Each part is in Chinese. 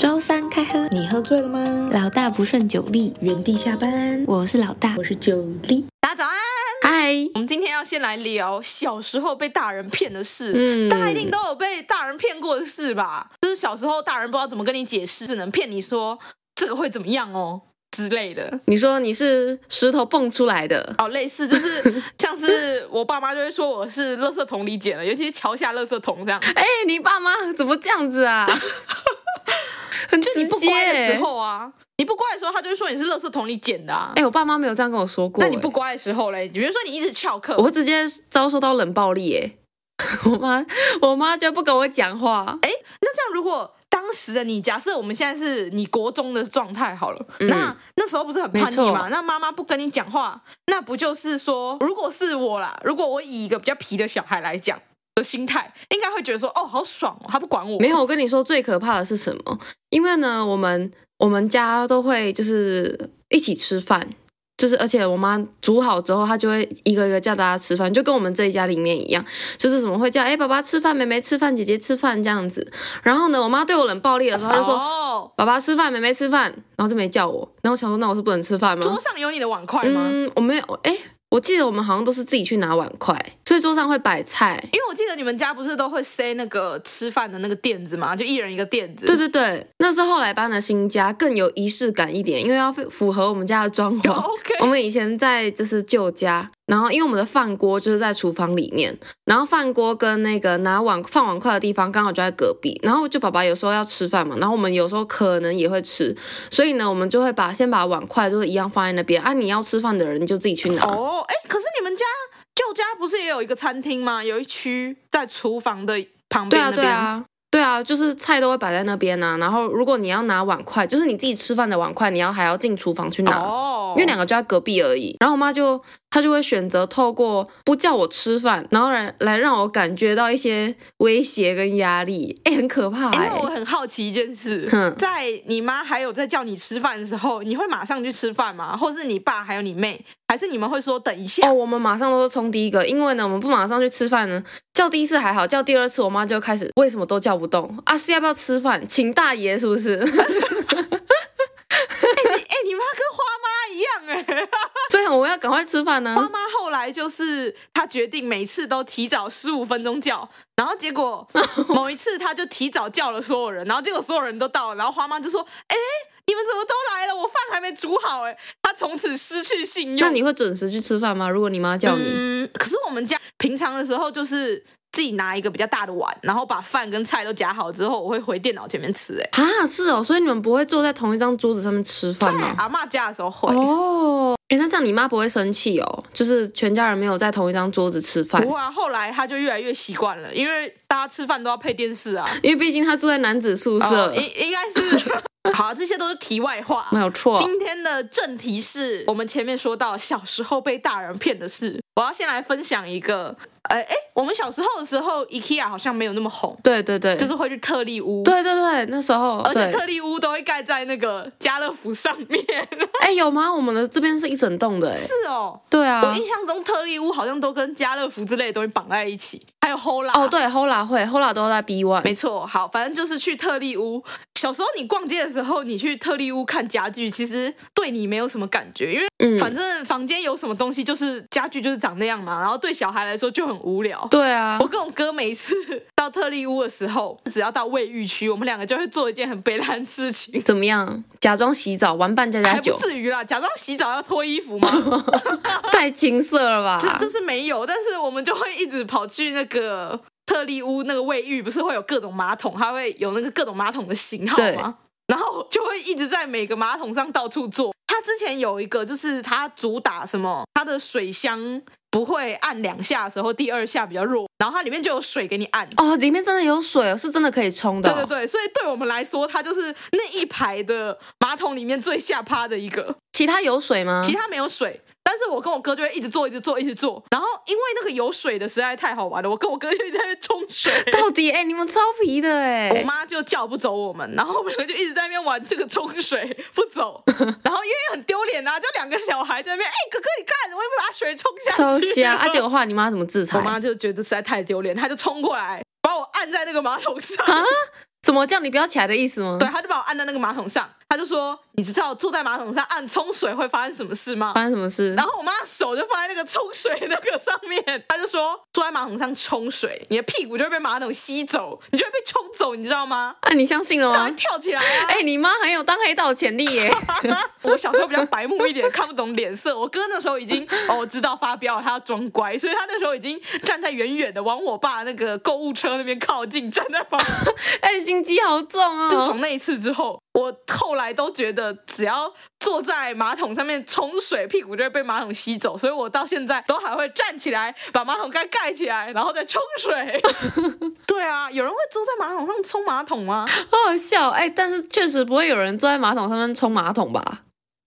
周三开喝，你喝醉了吗？老大不顺酒力，原地下班，我是老大我，是九力。大家早安！嗨，我们今天要先来聊小时候被大人骗的事。嗯大家一定都有被大人骗过的事吧？就是小时候大人不知道怎么跟你解释，只能骗你说这个会怎么样哦之类的。你说你是石头蹦出来的，哦，类似就是 像是我爸妈就会说我是垃圾桶里捡的，尤其是桥下垃圾桶这样。哎、你爸妈怎么这样子啊？ 很就直你不接、乖的欸。时候啊，你不乖的时候，他就会说你是垃圾桶里捡的啊。哎、我爸妈没有这样跟我说过、那你欸不，乖的时候嘞，比如说你一直翘课我，会直接遭受到冷暴力、欸。 我妈，我妈就不跟我讲话。哎、那这样，如果当时的你，假设我们现在是你国中的状态好了，嗯那那时候不是很叛没逆错嘛？那妈妈不跟你讲话，那不就是说，如果是我啦，如果我以一个比较皮的小孩来讲的心态，应该会觉得说，哦，好爽哦，他不管我，没有，我跟你说最可怕的是什么？因为呢，我们我们家都会就是一起吃饭。就是，而且我妈煮好之后，她就会一个一个叫大家吃饭，就跟我们这一家里面一样，就是怎么会叫哎、爸爸吃饭，妹妹吃饭，姐姐吃饭这样子。然后呢，我妈对我冷暴力的时候，她就说、哦，爸爸吃饭，妹妹吃饭，然后就没叫我。然后我想说，那我是不能吃饭吗桌？上有你的碗筷吗？嗯，我没有，哎、我记得我们好像都是自己去拿碗筷，所以桌上会摆菜。因为我记得你们家不是都会塞那个吃饭的那个垫子嘛，就一人一个垫子。对对对，那是后来搬了新家，更有仪式感一点，因为要符合我们家的装 潢。哦，OK， 我们以前在就是旧家，然后因为我们的饭锅就是在厨房里面，然后饭锅跟那个拿碗放碗筷的地方刚好就在隔壁，然后就爸爸有时候要吃饭嘛，然后我们有时候可能也会吃，所以呢，我们就会把先把碗筷就是一样放在那边啊，你要吃饭的人你就自己去拿。哦，哎，可是你们家旧家不是也有一个餐厅吗？有一区在厨房的旁对边啊，那对边。啊，对啊，就是菜都会摆在那边啊，然后如果你要拿碗筷，就是你自己吃饭的碗筷，你要还要进厨房去拿。哦，啊因为两个就在隔壁而已。然后我妈就她就会选择透过不叫我吃饭，然后来来让我感觉到一些威胁跟压力，哎，很可怕因哎、为我很好奇一件事哼，在你妈还有在叫你吃饭的时候，你会马上去吃饭吗？或是你爸还有你妹，还是你们会说等一下？哦，我们马上都是冲第一个，因为呢，我们不马上去吃饭呢，叫第一次还好，叫第二次我妈就开始为什么都叫不动啊？是要不要吃饭？请大爷是不 是？哎、你妈跟花妈一样哎、所以我们要赶快吃饭 呢、花妈后来就是她决定每次都提早十五分钟叫，然后结 果某一次她就提早叫了所有人，然后结果所有人都到了，然后花妈就说：“哎、你们怎么都来了？我饭还没煮好哎、她从此失去信用。那你会准时去吃饭吗？如果你妈叫你，嗯，可是我们家平常的时候就是自己拿一个比较大的碗，然后把饭跟菜都夹好之后，我会回电脑前面吃、欸。啊，是哦，所以你们不会坐在同一张桌子上面吃饭在吗？阿嬷家的时候会，哦，哎，那这样你妈不会生气哦？就是全家人没有在同一张桌子吃饭不，过啊，后来她就越来越习惯了，因为大家吃饭都要配电视啊。因为毕竟她住在男子宿舍哦，应应该是 好，这些都是题外话。没有错。今天的正题是我们前面说到小时候被大人骗的事，我要先来分享一个，呃，哎，我们小时候的时候，IKEA 好像没有那么红，对对对，就是会去特例屋，对对对，那时候而且对，特例屋都会盖在那个家乐福上面。哎，有吗？我们的这 边是一整栋的，哎，是哦，对啊我，印象中特例屋好像都跟家乐福之类的东西绑在一起，还有 Hola。哦，。对，Hola 会，Hola 都在 B One，没错，好，反正就是去特例屋。小时候你逛街的时候，你去特例屋看家具，其实对你没有什么感觉，因为嗯，反正房间有什么东西，就是家具就是长那样嘛。然后对小孩来说就很无聊。对啊我，跟我哥每一次 到特例屋的时候，只要到卫浴区，我们两个就会做一件很悲惨的事 情。怎么样？假装洗澡，玩伴加加还不酒，至于啦，假装洗澡要脱衣服吗？太青涩了这吧这？是没有，但是我们就会一直跑去那个特例屋那个卫浴，不是会有各种马桶，它会有那个各种马桶的型号对吗？然后就会一直在每个马桶上到处坐。它之前有一个，就是它主打什么，它的水箱不会按两下的时候，第二下比较弱，然后它里面就有水给你按。哦，里面真的有水哦，是真的可以冲的对哦，对对，所以对我们来说，它就是那一排的马桶里面最下趴的一个。其他有水吗？其他没有水。但是我跟我哥就会一直做，一直做，一直做。然后因为那个有水的实在太好玩了，我跟我哥就一直在那边冲水。到底哎、你们超皮的哎、我妈就叫不走我们，然后我们两个就一直在那边玩这个冲水不 走。然后因为很丢脸啊，就两个小孩在那边，哎、哥哥你看，我有没有把水冲下超去？ 瞎！啊，结果后来你妈怎么制裁？我妈就觉得实在太丢脸，她就冲过来把我按在那个马桶上。啊，怎么叫你不要起来的意思吗？对，，啊他就把我按在那个马桶上，他就说：“你知道坐在马桶上按冲水会发生什么事吗发生什么？”事然？后我妈手就放在那个冲水那个上面，他就说：“坐在马桶上冲水，你的屁股就会被马桶吸走，你就会被冲走，你知道吗？”啊，你相信了赶快吗？跳起来啊！哎、你妈很有当黑道的潜力耶！ 我小时候比较白目一点，看不懂脸色。我哥那时候已经哦知道发飙了，他要装乖，所以他那时候已经站在远远的往我爸那个购物车那边靠近，站在旁边哎、心机好重自哦。从那一次之后，我后来都觉得只要坐在马桶上面冲水，屁股就会被马桶吸走，所以我到现在都还会站起来把马桶盖盖起来，然后再冲水。 对啊，有人会坐在马桶上冲马桶吗？好好笑哎、但是确实不会有人坐在马桶上面冲马桶吧？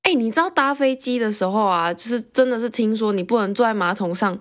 哎、你知道搭飞机的时候啊，就是真的是听说你不能坐在马桶上，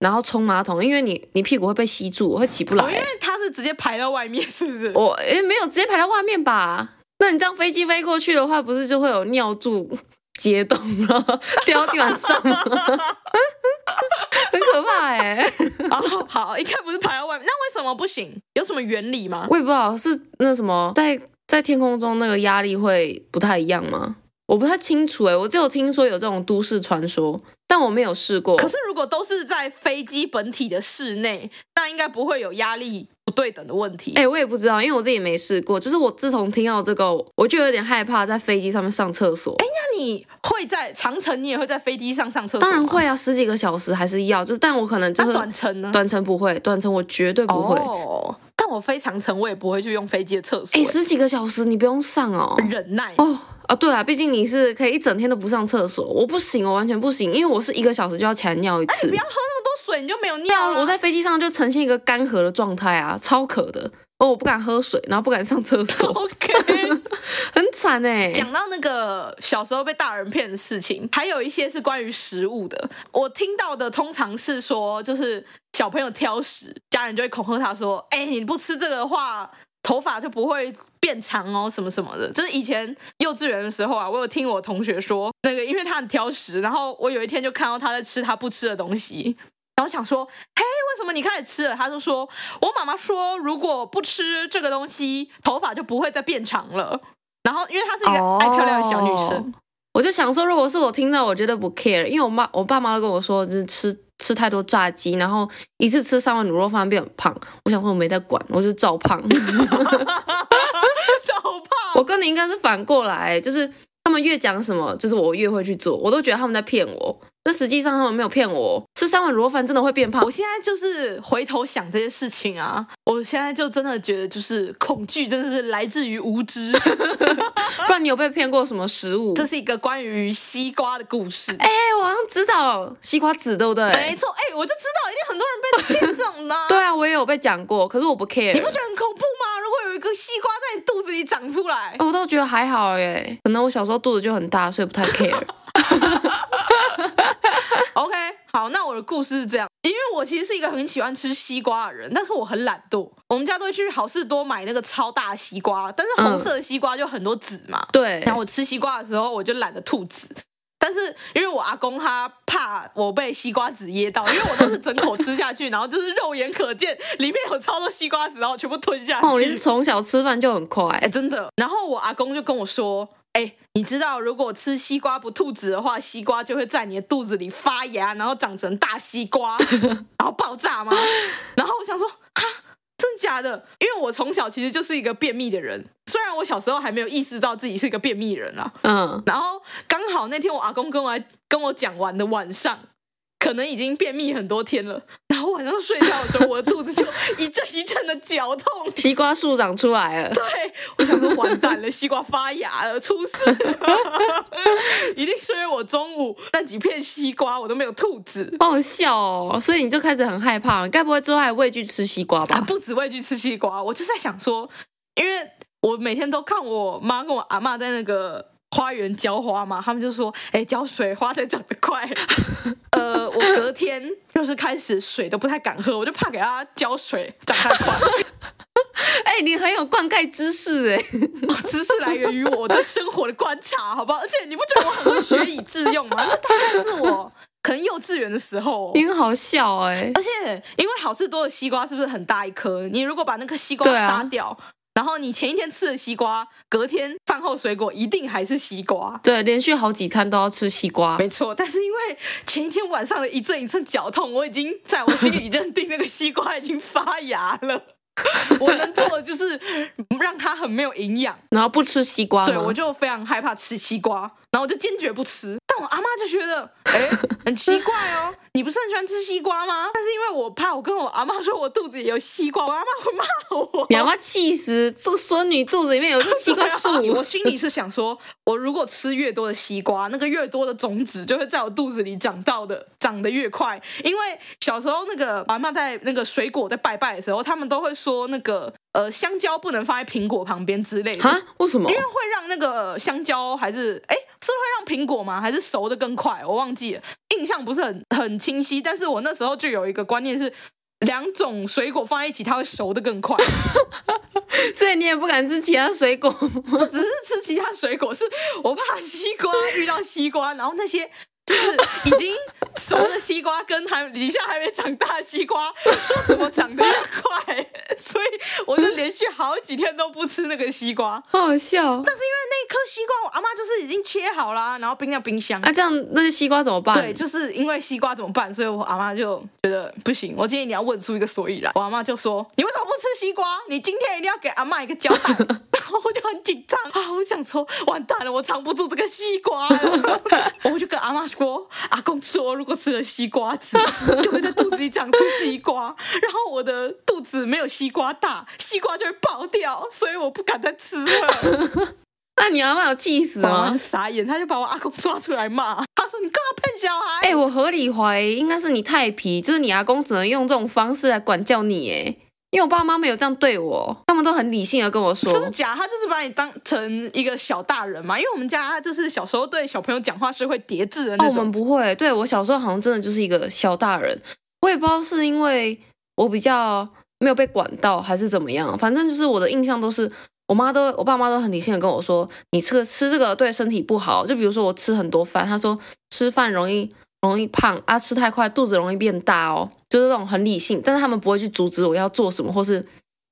然后冲马桶，因为你你屁股会被吸住，会起不来、哦，因为他是直接排到外面，是不是？我哎、没有直接排到外面吧？那你这样飞机飞过去的话，不是就会有尿柱结冻了，掉到地板上吗？很可怕哎、哦，好，应该不是排到外面，那为什么不行？有什么原理吗？我也不知道是那什么，在在天空中那个压力会不太一样吗？我不太清楚哎、我只有听说有这种都市传说，但我没有试过。可是如果都是在飞机本体的室内，那应该不会有压力不对等的问题。哎、我也不知道，因为我自己没试过。就是我自从听到这个，我就有点害怕在飞机上面上厕所。那你会在长城，你也会在飞机上上厕所？当然。会啊，十几个小时还是要，就是但我可能就那是短程呢？短程不会，短程我绝对不会。哎、哦，但我飞长城，我也不会去用飞机的厕所、欸十几个小时你不用上哦。忍耐。哦啊，对啊，毕竟你是可以一整天都不上厕所，我不行，我完全不行，因为我是一个小时就要起来尿一次。不要喝那么多哎水，你就没有对啊，尿了。 我在飞机上就呈现一个干涸的状态啊，超渴的。哦，我不敢喝水，然后不敢上厕 所， OK。很惨哎、讲到那个小时候被大人骗的事情，还有一些是关于食物的。我听到的通常是说，就是小朋友挑食，家人就会恐吓他说：“哎、你不吃这个的话，头发就不会变长哦，什么什么的。”就是以前幼稚园的时候啊，我有听我同学说，那个因为他很挑食，然后我有一天就看到他在吃他不吃的东西。然后想说，嘿，为什么你开始吃了？他就说，我妈妈说，如果不吃这个东西，头发就不会再变长了。然后，因为她是一个哦爱漂亮的小女生，我就想说，如果是我听到，我觉得不 care，因为我妈我爸妈都跟我说，就是吃吃太多炸鸡，然后一次吃三碗卤肉饭变很胖。我想说我没在管，我就照胖。就好 怕。我跟你应该是反过来，就是他们越讲什么，就是我越会去做，我都觉得他们在骗我，但实际上他们没有骗我。吃三碗卤肉饭真的会 变胖我，现在就是回头想这些事情啊，我现在就真的觉得，就是恐惧真的是来自于无知。 不然你有被骗过什么食物？这是一个关于西瓜的故事。哎、我好像知道西瓜籽，对不对？没错，哎、我就知道，一定很多人被骗这种的、 对，啊，我也有被讲过，可是我不你 care，不觉得很恐怖吗？如果有一个西瓜在你肚子里长出来，哎我都觉得还好耶。可能我小时候肚子就很大，所以不太 care。 OK，好，那我的故事是这样，因为我其实是一个很喜欢吃西瓜的人，但是我很懒惰，我们家都会去好事多买那个超大西瓜，但是红色的西瓜就很多籽嘛。嗯对，然后我吃西瓜的时候，我就懒得吐籽，但是因为我阿公他怕我被西瓜籽噎到，因为我都是整口吃下去，然后就是肉眼可见里面有超多西瓜籽，然后全部吞下去。哦，你是从小吃饭就很哎、快，真的。然后我阿公就跟我说：“哎、你知道，如果吃西瓜不吐籽的话，西瓜就会在你的肚子里发芽，然后长成大西瓜，然后爆炸吗？”然后我想说：“哈，真假的？因为我从小其实就是一个便秘的人，虽然我小时候还没有意识到自己是一个便秘人啦。嗯，然后刚好那天我阿公跟我来跟我讲完的晚上。”可能已经便秘很多天了，然后晚上睡觉的时候，我的肚子就一阵一阵的绞痛，西瓜树长出来了。对，我想说完蛋了，西瓜发芽了，出事了， 一定是因为我中午那几片西瓜我都没有吐籽。好好笑哦，所以你就开始很害怕，你该不会之后还畏惧吃西瓜啊， 吧？不只畏惧吃西瓜，我就是在想说，因为我每天都看我妈跟我阿嬷在那个花园浇花嘛，他们就说，哎、浇水花才长得快。 呃，我隔天就是开始水都不太敢喝，我就怕给它浇水长太快。哎、你很有灌溉知识哎，知识来源于我对生活的观察，好不好？而且你不觉得我很会学以致用 吗？那大概是我可能幼稚园的时候。你很好笑哎。而且，因为好事多的西瓜是不是很大一颗？你如果把那个西瓜对啊杀掉，然后你前一天吃的西瓜，隔天饭后水果一定还是西瓜。对，连续好几餐都要吃西瓜。没错，但是因为前一天晚上的一阵一阵绞痛，我已经在我心里认定那个西瓜已经发芽 了。我能做的就是让它很没有营养，然后不吃西瓜对吗我就非常害怕吃西瓜，然后我就坚决不吃。但我阿妈就觉 得，哎，很奇怪哦，你不是很喜欢吃西瓜吗？但是因为我怕，我跟我阿妈说我肚子里有西瓜，我阿妈会骂我。你要不要气死？这个孙女肚子里面有一个西瓜树。对啊 我心里是想说，我如果吃越多的西瓜，那个越多的种子就会在我肚子里长到的，长得越快。因为小时候那个阿妈在那个水果在拜拜的时候，他们都会说那个呃香蕉不能放在苹果旁边之类的，哈？为什么因？为会让那个香蕉还是哎是会让苹果吗？还是熟的更快？我忘记了，印象不是很很清晰。但是我那时候就有一个观念是。两种水果放在一起，它会熟的 更快。所以你也不敢吃其他水果吗？ 我只是吃其他水果，是我怕西瓜遇到西瓜，然后那些就是已经熟的西瓜跟还底下还没长大的西瓜，说怎么长得那么快， 所以我就连续好几天都不吃那个西瓜。好好笑。哦那一颗西瓜，我阿妈就是已经切好啦，然后冰在冰箱。那、啊这样那些西瓜怎么办？对，就是因为西瓜怎么办？所以我阿妈就觉得不行。我建议你要问出一个所以然。我阿妈就说：“你为什么不吃西瓜？你今天一定要给阿妈一个交代。”然后我就很紧张啊，我想说完蛋了，我藏不住这个西瓜了。我就跟阿妈说：“阿公说，如果吃了西瓜籽， 就会在肚子里长出西瓜，然后我的肚子没有西瓜大，西瓜就会爆掉，所以我不敢再吃了。”那你阿妈有气死我妈吗就？傻眼，他就把我阿公抓出来骂，他说：“你干嘛骗小孩？”哎、我合理怀疑应该是你太皮，就是你阿公只能用这种方式来管教你哎，因为我爸妈没有这样对我，他们都很理性的跟我真的说，假？他就是把你当成一个小大人嘛，因为我们家就是小时候对小朋友讲话是会叠字的哦，那我种。们不会，对我小时候好像真的就是一个小大人，我也不知道是因为我比较没有被管到还是怎么样，反正就是我的印象都是。我妈都，我爸妈都很理性的跟我说，你这个吃这个对身体不好。就比如说我吃很多饭，他说吃饭容易容易胖啊，吃太快肚子容易变大哦，就是这种很理性，但是他们不会去阻止我要做什么，或是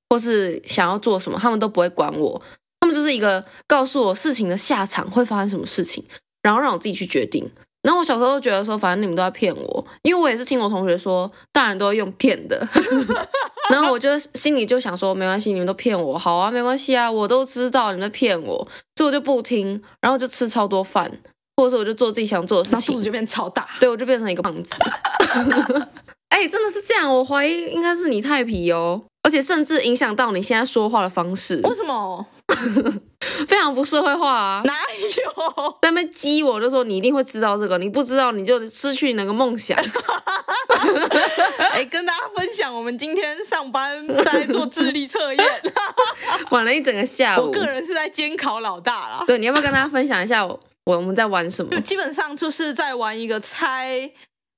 或是想要做什么，他们都不会管我，他们就是一个告诉我事情的下场会发生什么事情，然后让我自己去决定。然后我小时候都觉得说，反正你们都在骗我，因为我也是听我同学说，大人都会用骗的。 然后我就心里就想说，没关系，你们都骗我，好啊，没关系啊，我都知道你们在骗我，所以我就不听，然后就吃超多饭，或者是我就做自己想做的事然后情肚子。就变超大，对我就变成一个胖子。 哎、真的是这样，我怀疑应该是你太皮哦，而且甚至影响到你现在说话的方式，为什么？非常不社会化啊。哪 有？在那边激我，就说你一定会知道这个，你不知道你就失去你那个梦 想。哎，跟大家分享，我们今天上班在做智力测验，玩了一整个 下我午。个人是在监考老大啦。对，你要不要跟大家分享一下我我们在玩 什么？基本上就是在玩一个猜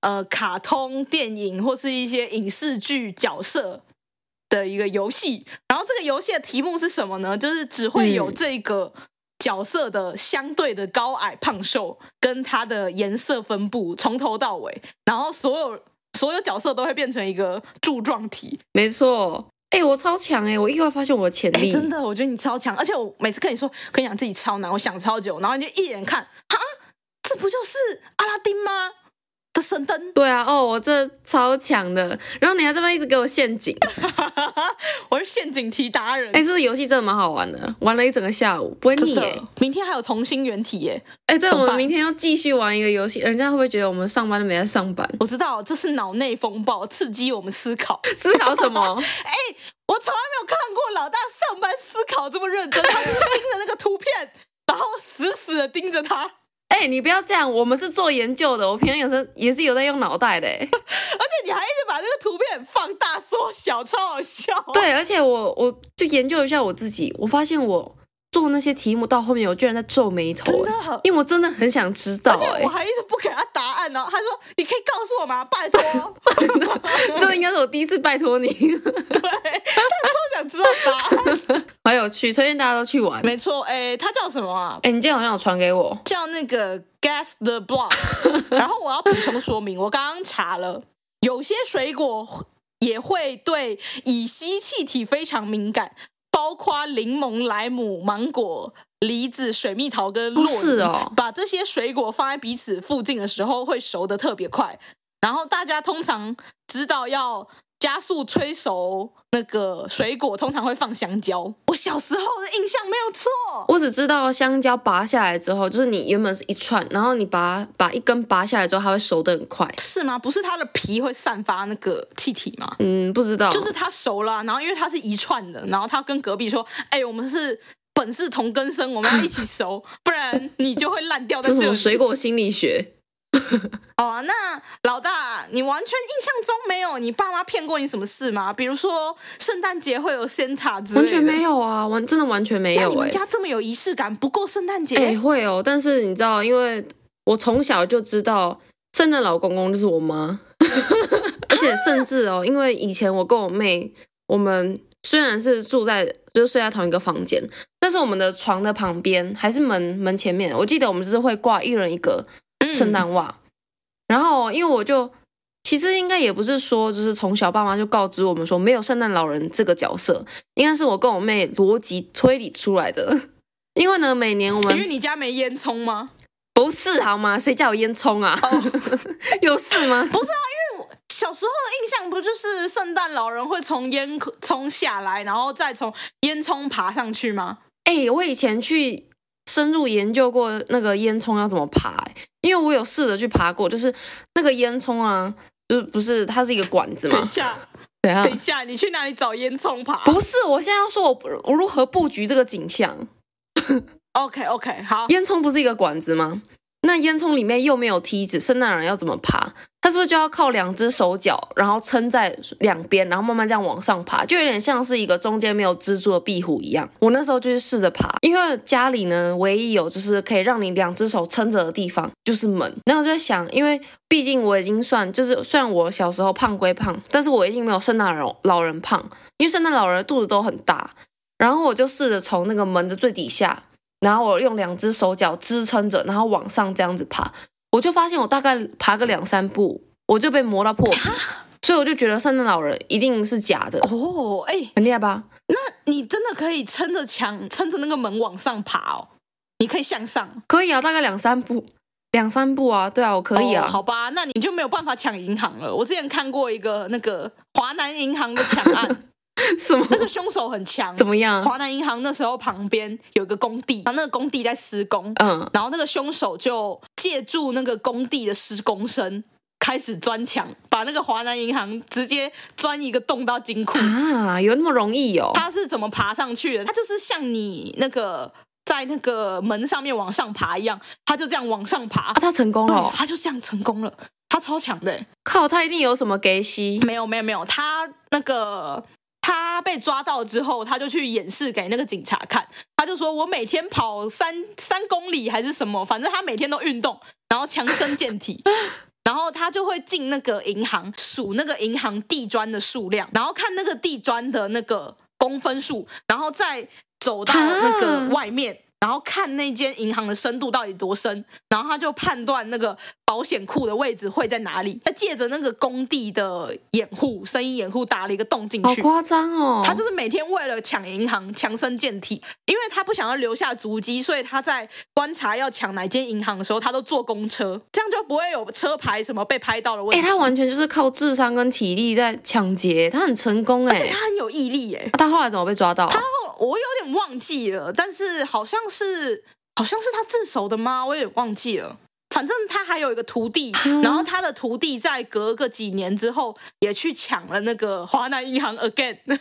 呃卡通电影或是一些影视剧角色的一个游戏。然后这个游戏的题目是什么呢？就是只会有嗯这个角色的相对的高矮胖瘦跟它的颜色分布从头到尾，然后所有。所有角色都会变成一个柱状体，没错，哎、我超强哎、我意外发现我的潜哎、力。真的，我觉得你超强，而且我每次跟你说，跟你讲自己超难，我想超久，然后你就一眼看，啊，这不就是阿拉丁吗？的神灯， 对啊，哦，我这超强的，然后你还这边一直给我陷 阱，我是陷阱题达人。哎、这个游戏真的蛮好玩的，玩了一整个下午，不会真腻哎、的，明天还有同心圆体耶！哎，对，怎么我们办明天要继续玩一个游戏，人家会不会觉得我们上班都没在上班？ 我知道这是脑内风暴，刺激我们思考。思考 什么？哎、我从来没有看过老大上班思考这么认真，他就是盯着那个图片，然后死死的盯着他。哎，你不要这样，我们是做研究的，我平常有时候也是有在用脑袋的。哎而且你还一直把那个图片放大缩小，超好笑。对，而且我我就研究一下我自己，我发现我做那些题目到后面，我居然在皱眉头，真的哎因为我真的很想知道，而且哎我，还一直不给他答案哦呢、他说：“你可以告诉我吗？拜托。”这应该是我第一次拜托你， 对，他超想知道答案。好有趣，推荐大家都去玩。没错，哎、他叫什么啊？哎，你今天好像有传给我，叫那个 Guess the Block。然后我要补充说明，我刚刚查了，有些水果也会对乙烯气体非常敏感，包包括柠檬、莱姆、芒果、梨子、水蜜桃跟洛梨、哦是哦把这些水果放在彼此附近的时候，会熟的特别快。然后大家通常知道要加速催熟那个水果，通常会放香蕉。我小时候的印象没有错，我只知道香蕉拔下来之后，就是你原本是一串，然后你把把一根拔下来之后，它会熟得很快。是吗？不是它的皮会散发那个气体吗？嗯，不知道，就是它熟了啊、然后因为它是一串的，然后他跟隔壁说：“哎、我们是本是同根生，我们要一起熟，不然你就会烂掉在这是这什里。”么水果心理学？好啊，那老大，你完全印象中没有你爸妈骗过你什么事吗？比如说圣诞节会有仙塔之类的，完全没有啊，完真的完全没那有你哎、们家这么有仪式感，不过圣诞节、哎、会哦，但是你知道，因为我从小就知道圣诞老公公就是我妈， 而且甚至哦，因为以前我跟我妹，我们虽然是住在就是睡在同一个房间，但是我们的床的旁边还是门门前面，我记得我们就是会挂一人一个嗯圣诞袜，然后哦因为我就。其实应该也不是说，就是从小爸妈就告知我们说没有圣诞老人这个角色，应该是我跟我妹逻辑推理出来的。 因为呢，每年我们因为你家没烟囱吗？不是好吗？谁叫我烟囱啊？ 有事吗？小时候的印象不就是圣诞老人会从烟囱下来，然后再从烟囱爬上去吗？哎、我以前去深入研究过那个烟囱要怎么爬、欸因为我有试着去爬过，就是那个烟囱啊，就是不是它是一个管子等一嘛？下，怎样等？一下，你去哪里找烟囱爬嗯不是，我现在要说我不我如何布局这个景象。 ？OK OK，好，烟囱不是一个管子吗？那烟囱里面又没有梯子，圣诞老人要怎么爬？他是不是就要靠两只手脚，然后撑在两边，然后慢慢这样往上爬，就有点像是一个中间没有支柱的壁虎一样。我那时候就是试着爬，因为家里呢唯一有就是可以让你两只手撑着的地方就是门。然后我就在想，因为毕竟我已经算就是虽然我小时候胖归胖，但是我一定没有圣诞老老人胖，因为圣诞老人的肚子都很大。然后我就试着从那个门的最底下然后我用两只手脚支撑着，然后往上这样子爬，我就发现我大概爬个两三步，我就被磨到破皮，所以我就觉得圣诞老人一定是假的，哦，哎、很厉害吧？你真的可以撑着墙，撑着那个门往上爬哦，你可以向上。可以啊，大概两三步，两三步啊，对啊，我可以啊哦，好吧，那你就没有办法抢银行了。我之前看过一个那个华南银行的抢案， 什么那个凶手很强。怎么样？华南银行那时候旁边有一个工地，然后那个工地在施工，嗯，然后那个凶手就借助那个工地的施工声开始钻墙，把那个华南银行直接钻一个洞到金库。啊，有那么容易哦？他是怎么爬上去的？他就是像你那个在那个门上面往上爬一样，他就这样往上爬啊，，他成功了哦对，，他就这样成功了。他超强的、欸靠，他一定有什么给息没有没有没有，他那个他被抓到之后，他就去演示给那个警察看，他就说我每天跑三三公里还是什么，反正他每天都运动，然后强身健体。然后他就会进那个银行数那个银行地砖的数量，然后看那个地砖的那个公分数，然后再走到那个啊外面，然后看那间银行的深度到底多深，然后他就判断那个保险库的位置会在哪里。他借着那个工地的掩护，声音掩护打了一个洞进好嗯去。夸张哦！他就是每天为了抢银行强身健体，因为他不想要留下足迹，所以他在观察要抢哪间银行的时候，他都坐公车，这样就不会有车牌什么被拍到的问哎、题。他完全就是靠智商跟体力在抢劫，他很成功哎、而且他很有毅力耶、啊他后来怎么被抓到啊、哦我有点忘记了，但是好像是好像是他自首的吗？我有点忘记了。反正他还有一个徒弟，然后他的徒弟在隔个几年之后也去抢了那个华南银行 again，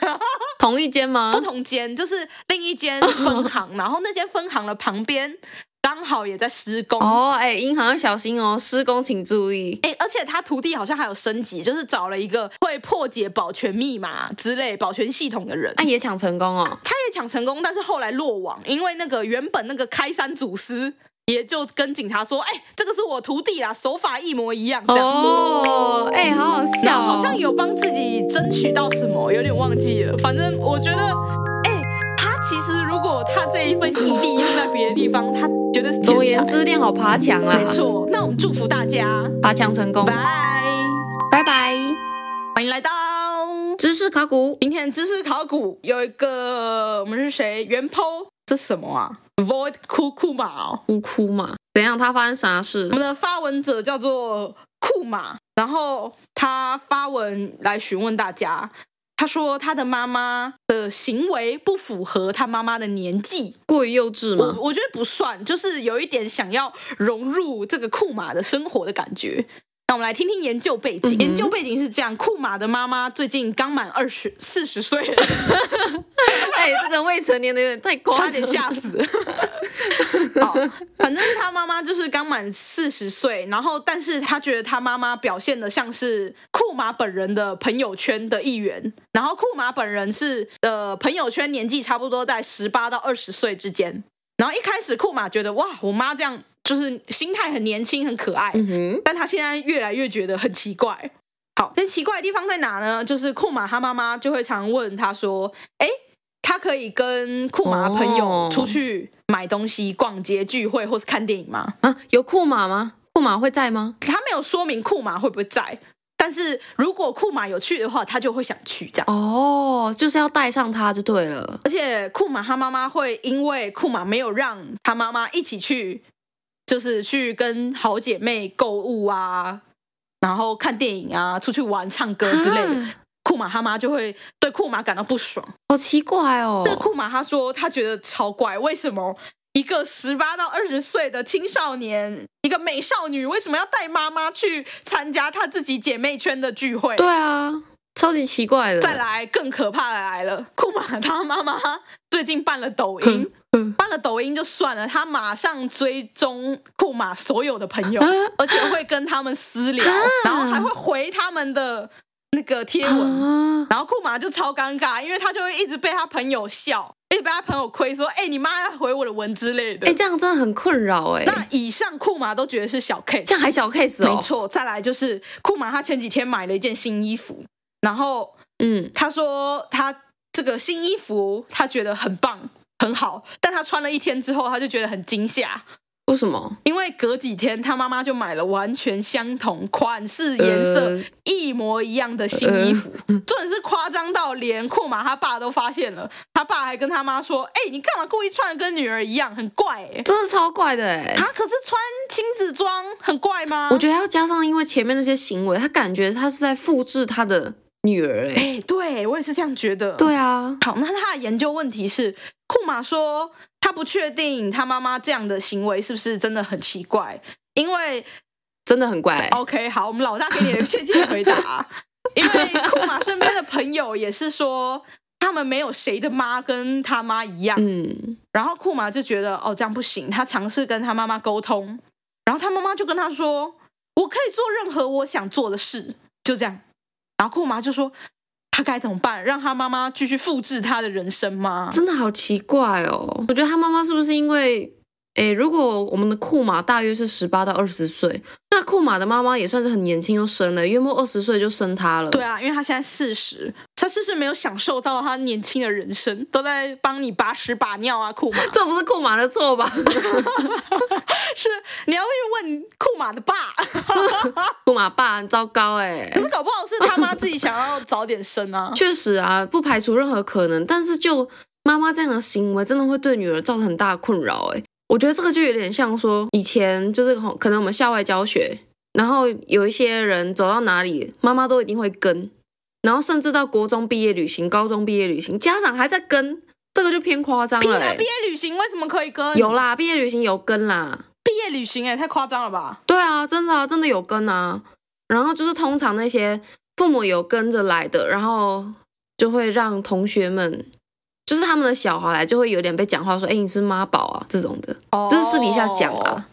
同一间吗？不同间就是另一间分行，然后那间分行的旁边刚好也在施工。哦，哎、银行要小心哦，施工请注意。哎，而且他徒弟好像还有升级，就是找了一个会破解保全密码之类保全系统的人。啊，也抢成功哦，他也抢成功，但是后来落网，因为那个原本那个开山祖师也就跟警察说：“哎、这个是我徒弟啦，手法一模一样。”这样，哦，哎、好好然笑、后哦，好像有帮自己争取到什么，有点忘记了。反正我觉得，哎、他其实如果他这一份毅力用在别的地方，他绝对是总而天言才。之，练好爬墙啊啦没，错，那我们祝福大家，爬墙成功，拜，拜拜。欢迎来到。知识考古，今天知识考古有一个，我们是谁？袁剖，这什么啊？Void 库库马哦，哭哭嘛？嗯怎样？他发生啥事我？们的发文者叫做库马，然后他发文来询问大家，他说他的妈妈的行为不符合他妈妈的年纪，过于幼稚我吗？我觉得不算，就是有一点想要融入这个库马的生活的感觉。那我们来听听研究背景。嗯哼研究背景是这样：库马的妈妈最近刚满二十四十岁，哎、这个未成年的有点太夸差张点了。吓 死。好，反正他妈妈就是刚满四十岁，然后但是他觉得他妈妈表现的像是库马本人的朋友圈的一员，然后库马本人是呃朋友圈年纪差不多在十八到二十岁之间，然后一开始库马觉得哇，我妈这样就是心态很年轻很可爱，嗯哼，但他现在越来越觉得很奇怪。好，但奇怪的地方在哪呢？就是库玛他妈妈就会常问他说：“哎，他可以跟库玛的朋友哦出去买东西、逛街、聚会或是看电影吗啊，有库马吗？库马会在吗？”？他没有说明库玛会不会在，但是如果库玛有去的话，他就会想去这样。哦，就是要带上他就对了。而且库玛他妈妈会因为库玛没有让他妈妈一起去，就是去跟好姐妹购物啊，然后看电影啊，出去玩、唱歌之类的。啊库玛他妈就会对库玛感到不爽。好奇怪哦这、。库玛他说他觉得超怪，为什么一个十八到二十岁的青少年，一个美少女，为什么要带妈妈去参加她自己姐妹圈的聚会？对啊，超级奇怪的。再来更可怕的来了，库玛他妈妈最近办了抖音哼，嗯办了抖音就算了，他马上追踪库玛所有的朋友啊，而且会跟他们私聊，然后还会回他们的那个贴文。啊，然后库玛就超尴尬，因为他就会一直被他朋友笑，一直被他朋友亏说：“哎、你妈在回我的文之类的。哎、这样真的很困扰哎、那以上库玛都觉得是小 case，这样还小 case 哦。没错。再来就是库玛，他前几天买了一件新衣服，然后嗯，他说他这个新衣服他觉得很棒很好，但他穿了一天之后，他就觉得很惊吓，为什么？因为隔几天他妈妈就买了完全相同款式、颜色、呃一模一样的新衣服，重点是夸张到连库玛他爸都发现了，他爸还跟他妈说：“哎、你干嘛故意穿得跟女儿一样，很怪哎、真的超怪的哎、啊，可是穿亲子装很怪吗？我觉得还要加上，因为前面那些行为，他感觉他是在复制他的女儿哎、哎、对我也是这样觉得。对啊，好，那他的研究问题是，库玛说他不确定他妈妈这样的行为是不是真的很奇怪，因为真的很怪、欸。 OK，好，我们老大给你的确切回答，啊因为库玛身边的朋友也是说。他们没有谁的妈跟他妈一样，嗯，然后库玛就觉得哦这样不行，他尝试跟他妈妈沟通，然后他妈妈就跟他说：“我可以做任何我想做的事。”就这样，然后库玛就说：“他该怎么办？让他妈妈继续复制他的人生吗？”真的好奇怪哦。我觉得他妈妈是不是因为，哎，如果我们的库玛大约是十八到二十岁，那库玛的妈妈也算是很年轻就生了，约莫二十岁就生他了。对啊，因为他现在四十，他是不是没有享受到他年轻的人生？都在帮你把屎把尿啊， 库玛。这不是库玛的错吧？ 是你要去问库玛的爸，哎库玛爸很糟糕哎、可是搞不好是他妈自己想要早点生 啊。确实啊，不排除任何可能，但是就妈妈这样的行为，真的会对女儿造成很大的困扰。哎，我觉得这个就有点像说，以前就是可能我们校外教学，然后有一些人走到哪里，妈妈都一定会跟，然后甚至到国中毕业旅行、高中毕业旅行，家长还在跟，这个就偏夸张屁了、啊！欸毕。业旅行为什么可以跟？有啦，毕业旅行有跟啦，毕业旅行哎、太夸张了吧？对啊，真的啊，真的有跟啊。然后就是通常那些父母有跟着来的，然后就会让同学们，就是他们的小孩就会有点被讲话说：“哎，你是不是妈宝啊？”这种的，哦这是私底下讲啊。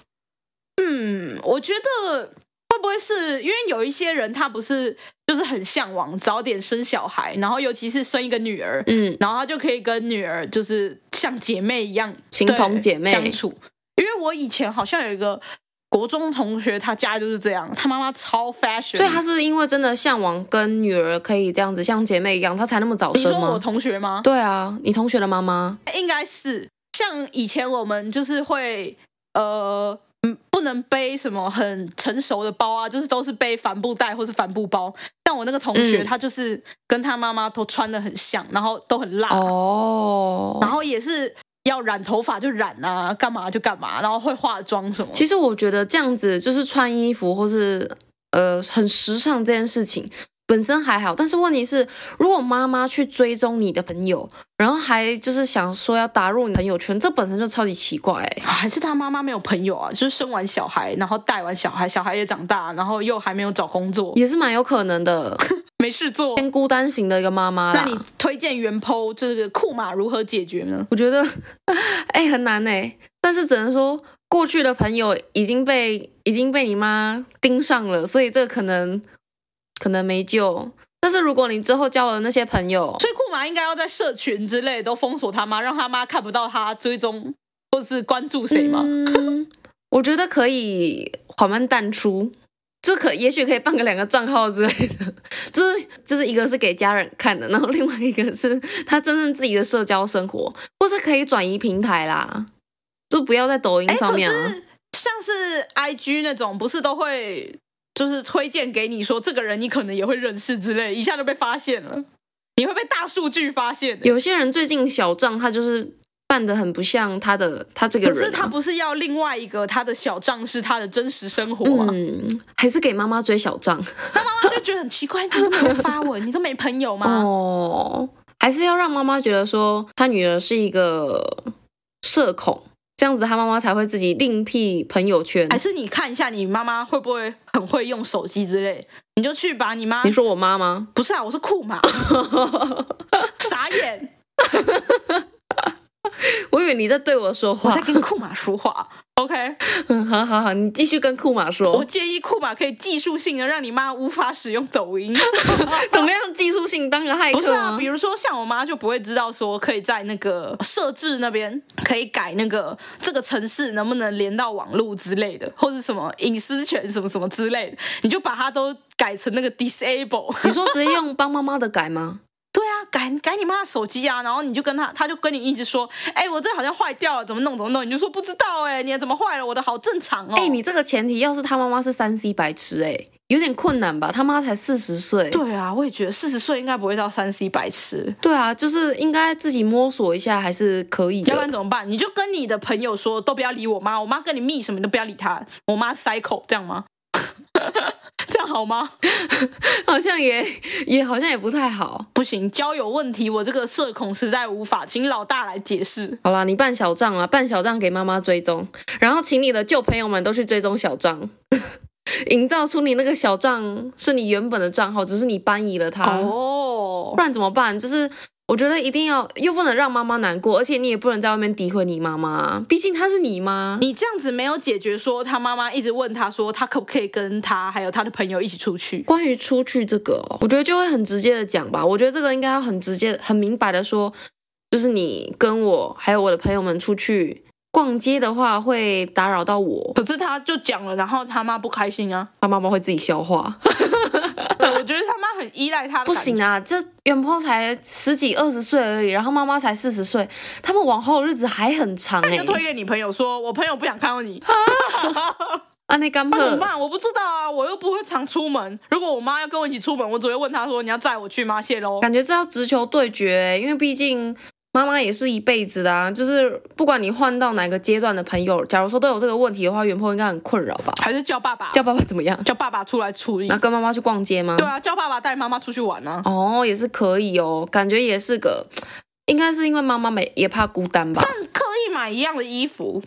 嗯，我觉得会不会是因为有一些人他不是就是很向往早点生小孩，然后尤其是生一个女儿，嗯，然后他就可以跟女儿就是像姐妹一样情对同姐妹相处。因为我以前好像有一个国中同学，他家就是这样，他妈妈超 fashion。所以他是因为真的向往跟女儿可以这样子像姐妹一样，他才那么早你说生我吗？同学吗？对啊，你同学的妈妈应该是像以前我们就是会呃。嗯，不能背什么很成熟的包啊，就是都是背帆布袋或是帆布包。但我那个同学，嗯他就是跟他妈妈都穿的很像，然后都很辣，哦，然后也是要染头发就染啊，干嘛就干嘛，然后会化妆什么。其实我觉得这样子就是穿衣服或是呃很时尚这件事情本身还好，但是问题是，如果妈妈去追踪你的朋友，然后还就是想说要打入你朋友圈，这本身就超级奇怪、欸。 啊还是他妈妈没有朋友啊，就是生完小孩，然后带完小孩，小孩也长大，然后又还没有找工作，也是蛮有可能的，没事做。偏孤单型的一个妈妈那啦你。推荐原 PO 这个库马如何解决呢？我觉得， 哎、很难哎、但是只能说，过去的朋友已经被已经被你妈盯上了，所以这个可能可能没救。但是如果你之后交了那些朋友，所以库马应该要在社群之类都封锁他妈，让他妈看不到他追踪或是关注谁吗？ 嗯，我觉得可以缓慢淡出，这可也许可以办个两个账号之类的， 就是就是一个是给家人看的，然后另外一个是他真正自己的社交生活，或是可以转移平台啦，就不要在抖音哎、上可面啊。是像是 IG 那种，不是都会就是推荐给你说这个人你可能也会认识之类，一下就被发现了，你会被大数据发现欸的。有些人最近小账他就是办的很不像他的他这个可人、啊，是他不是要另外一个他的小账是他的真实生活吗？嗯，还是给妈妈追小账妈妈就觉得很奇怪，你怎么都没有发文，你都没朋友吗？哦，还是要让妈妈觉得说他女儿是一个社恐，这样子他妈妈才会自己另辟朋友圈还。是你看一下你妈妈会不会很会用手机之类，你就去把你妈你说我 妈吗？不是啊，我是库 马，傻眼，我以为你在对我说我话在。跟库马说话。OK，嗯，好好好，你继续跟库玛 我说，建议库马可以技术性的让你妈无法使用抖 音。怎么样？技术性当个 骇不是客啊，吗比？如说像我妈就不会知道说可以在那个呃设置那边可以改那个这个城市能不能连到网络之类的，或是什么隐私权什么什么之类的，你就把它都改成那个 disable。 你说直接用帮妈妈的改吗？对啊，改改你妈的手机啊，然后你就跟他，他就跟你一直说，哎、我这好像坏掉了，怎么弄怎么弄，你就说不知道、哎，你怎么坏了？我的好正 常哦。哎、你这个前提，要是他妈妈是三 C 白痴、哎，有点困难吧？他妈才四十岁，对啊，我也觉得四十岁应该不会到三 C 白痴，对啊，就是应该自己摸索一下还是可以要不然的。怎么办？你就跟你的朋友说，都不要理我妈，我妈跟你密什么你都不要理她，我妈 cycle 这样吗？ 这样好吗？ 好像也也好像也不太好。不行，交友问题我这个社恐实在无法，请老大来解释。好啦，你办小账啊，办小账给妈妈追踪，然后请你的旧朋友们都去追踪小账， 营造出你那个小账是你原本的账号，只是你搬移了它。哦不然怎么办？就是我觉得一定要，又不能让妈妈难过，而且你也不能在外面诋毁你妈妈，毕竟她是你妈。你这样子没有解决，说他妈妈一直问他说，他可不可以跟他还有他的朋友一起出去？关于出去这个哦，我觉得就会很直接的讲吧。我觉得这个应该要很直接、很明白的说，就是你跟我还有我的朋友们出去逛街的话，会打扰到我，可是他就讲了，然后他妈不开心啊。 他妈妈会自己消化。对我觉得他妈很依赖他的感觉，不行啊，这元坡才十几二十岁而已，然后妈妈才四十岁，他们往后日子还很长那哎、你就推给你朋友说，我朋友不想看到你，啊，那干那怎破么办？我不知道啊，我又不会常出门。如果我妈要跟我一起出门，我只会问她说，你要载我去吗？谢喽。感觉这要直球对决欸、因为毕竟妈妈也是一辈子的啊。就是不管你换到哪个阶段的朋友，假如说都有这个问题的话，元坡应该很困扰吧？还是叫爸爸，叫爸爸怎么样？叫爸爸出来处理然。后跟妈妈去逛街吗？啊对啊，叫爸爸带妈妈出去玩啊。哦，也是可以哦，感觉也是个，应该是因为妈妈没也怕孤单吧？刻意买一样的衣服，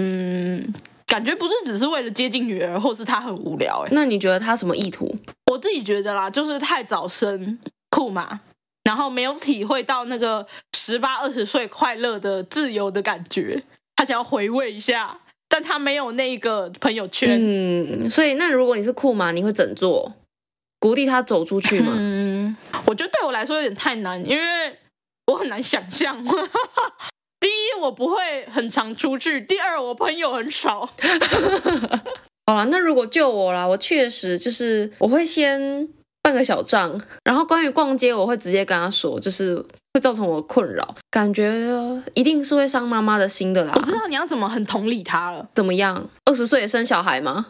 嗯，感觉不是只是为了接近女儿，或是她很无聊、欸。那你觉得他什么意图？我自己觉得啦，就是太早生酷嘛，然后没有体会到那个十八二十岁快乐的自由的感觉，他想要回味一下，但他没有那个朋友圈。嗯，所以那如果你是库玛，你会怎做？鼓励他走出去吗？嗯，我觉得对我来说有点太难，因为我很难想象。 第一，我不会很常出去；第二，我朋友很少。好啦，那如果就我啦，我确实就是我会先办个小账。然后关于逛街，我会直接跟他说，就是会造成我困扰，感觉一定是会伤妈妈的心的啦我。知道你要怎么很同理他了，怎么样？二十岁也生小孩吗？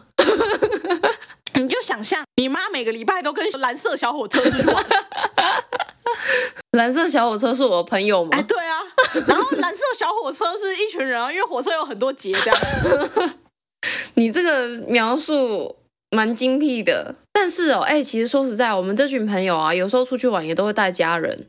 你就想象你妈每个礼拜都跟蓝色小火车出去玩，蓝色小火车是我朋友吗？ 哎，对啊，然后蓝色小火车是一群人啊，因为火车有很多节这样。 你这个描述蛮精辟的，但是哦，哎、其实说实在，我们这群朋友啊，有时候出去玩也都会带家人，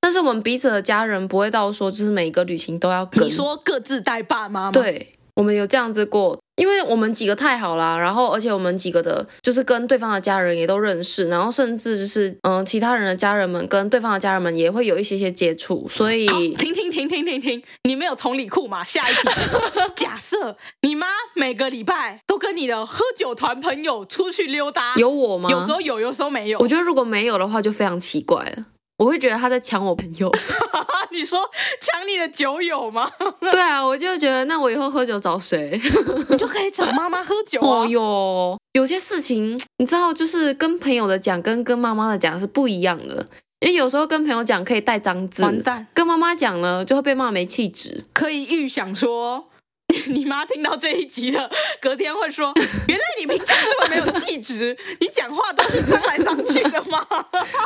但是我们彼此的家人不会到说，就是每个旅行都要跟。你说各自带爸妈吗？，对，我们有这样子过，因为我们几个太好啦，然后而且我们几个的，就是跟对方的家人也都认识，然后甚至就是嗯、呃其他人的家人们跟对方的家人们也会有一些些接触，所以哦停停停停停停，你没有同理库嘛？下一题， 假设你妈每个礼拜都跟你的喝酒团朋友出去溜达，有我吗？啊有时候有，有时候没有。我觉得如果没有的话，就非常奇怪了。我会觉得他在抢我朋 友，啊，你说抢你的酒友吗？ 对啊，我就觉得那我以后喝酒找谁？ 你就可以找妈妈喝酒啊哦。哟，有些事情你知道，就是跟朋友的讲跟跟妈妈的讲是不一样的，因为有时候跟朋友讲可以带脏字，完蛋，跟妈妈讲呢就会被骂没气质。可以预想说。你你妈听到这一集了，隔天会 说：“原来你平常这么没有气质，你讲话都是脏来脏去的 吗？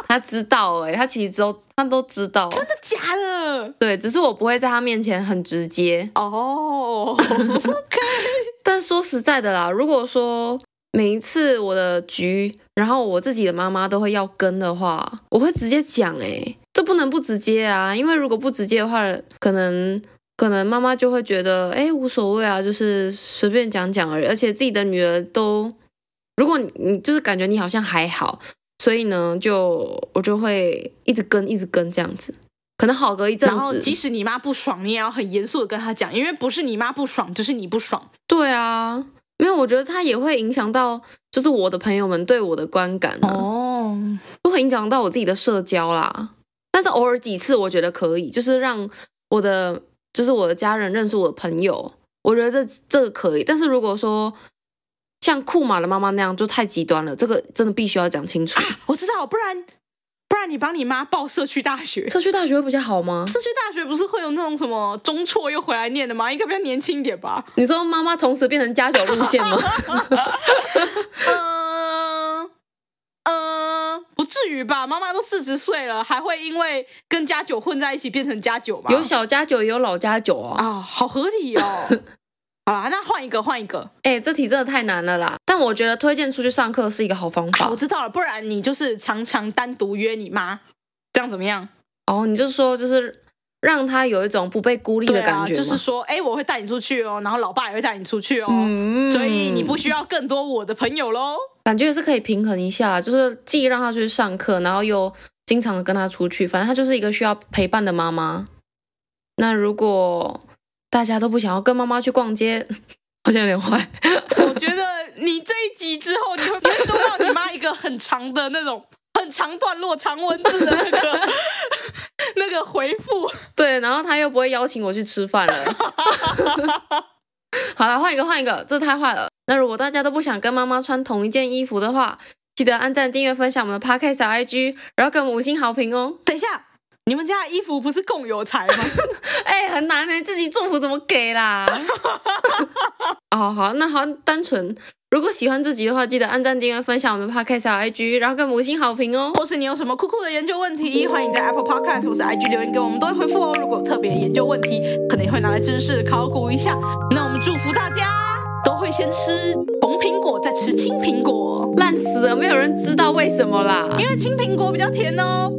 他知道哎、欸，他其实都他都知道，啊真的假的对，只是我不会在他面前很直接。？”哦、OK，但说实在的啦，如果说每一次我的局，然后我自己的妈妈都会要跟的话，我会直接讲哎、这不能不直接啊，因为如果不直接的话，可能可能妈妈就会觉得哎无所谓啊，就是随便讲讲而已，而且自己的女儿都，如果你你就是感觉你好像还好，所以呢，就我就会一直跟一直跟这样子。可能好隔一阵然后子，即使你妈不爽，你也要很严肃的跟她讲，因为不是你妈不爽，就是你不爽。对啊，没有，我觉得它也会影响到，就是我的朋友们对我的观感、啊，哦，都会影响到我自己的社交啦。但是偶尔几次，我觉得可以，就是让我的，就是我的家人认识我的朋友，我觉得这这个可以。但是如果说像库玛的妈妈那样，就太极端了，这个真的必须要讲清楚。我知道，不然不然你帮你妈报社区大学，社区大学会比较好吗？社区大学不是会有那种什么中辍又回来念的吗？应该比较年轻一点 吧。你说妈妈从此变成家酒路线吗？ 嗯嗯，不至于吧？妈妈都四十岁了，还会因为跟家酒混在一起变成家酒吗？有小家酒，也有老家酒啊。啊，好合理 哦。好啦，那换一个，换一个。哎、这题真的太难了啦！但我觉得推荐出去上课是一个好方法。我知道了，不然你就是常常单独约你妈，这样怎么样？哦，你就说就是让他有一种不被孤立对的感啊，觉、就是，说，哎，我会带你出去哦，然后老爸也会带你出去哦，嗯所以你不需要更多我的朋友 喽。感觉也是可以平衡一下，就是既让他去上课，然后又经常跟他出去，反正他就是一个需要陪伴的妈妈。那如果大家都不想要跟妈妈去逛街， 好像有点坏。我觉得你这一集之后，你会你会收到你妈一个很长的那种、 很长段落、长文字的那个 那个回复。对，然后他又不会邀请我去吃饭了。 好了，换一个，换一个，这太坏了。那如果大家都不想跟妈妈穿同一件衣服的话，记得按赞、订阅、分享我们的 podcast 小 IG，然后给我们五星好评哦。等一下，你们家的衣服不是共有财吗？哎、很难呢，自己祝福怎么给啦？ 哦，好，那好，单纯。如果喜欢这集的话，记得按赞、订阅、分享我们的 podcast 小 IG，然后给我们五星好评哦。或是你有什么酷酷的研究问题，欢迎在 Apple Podcast 或是 IG 留言给我们，都会回复哦。如果有特别研究问题，可能也会拿来知识考古一下。那我们祝福大家都会先吃红苹果，再吃青苹果，烂死了，没有人知道为什么啦。因为青苹果比较甜哦。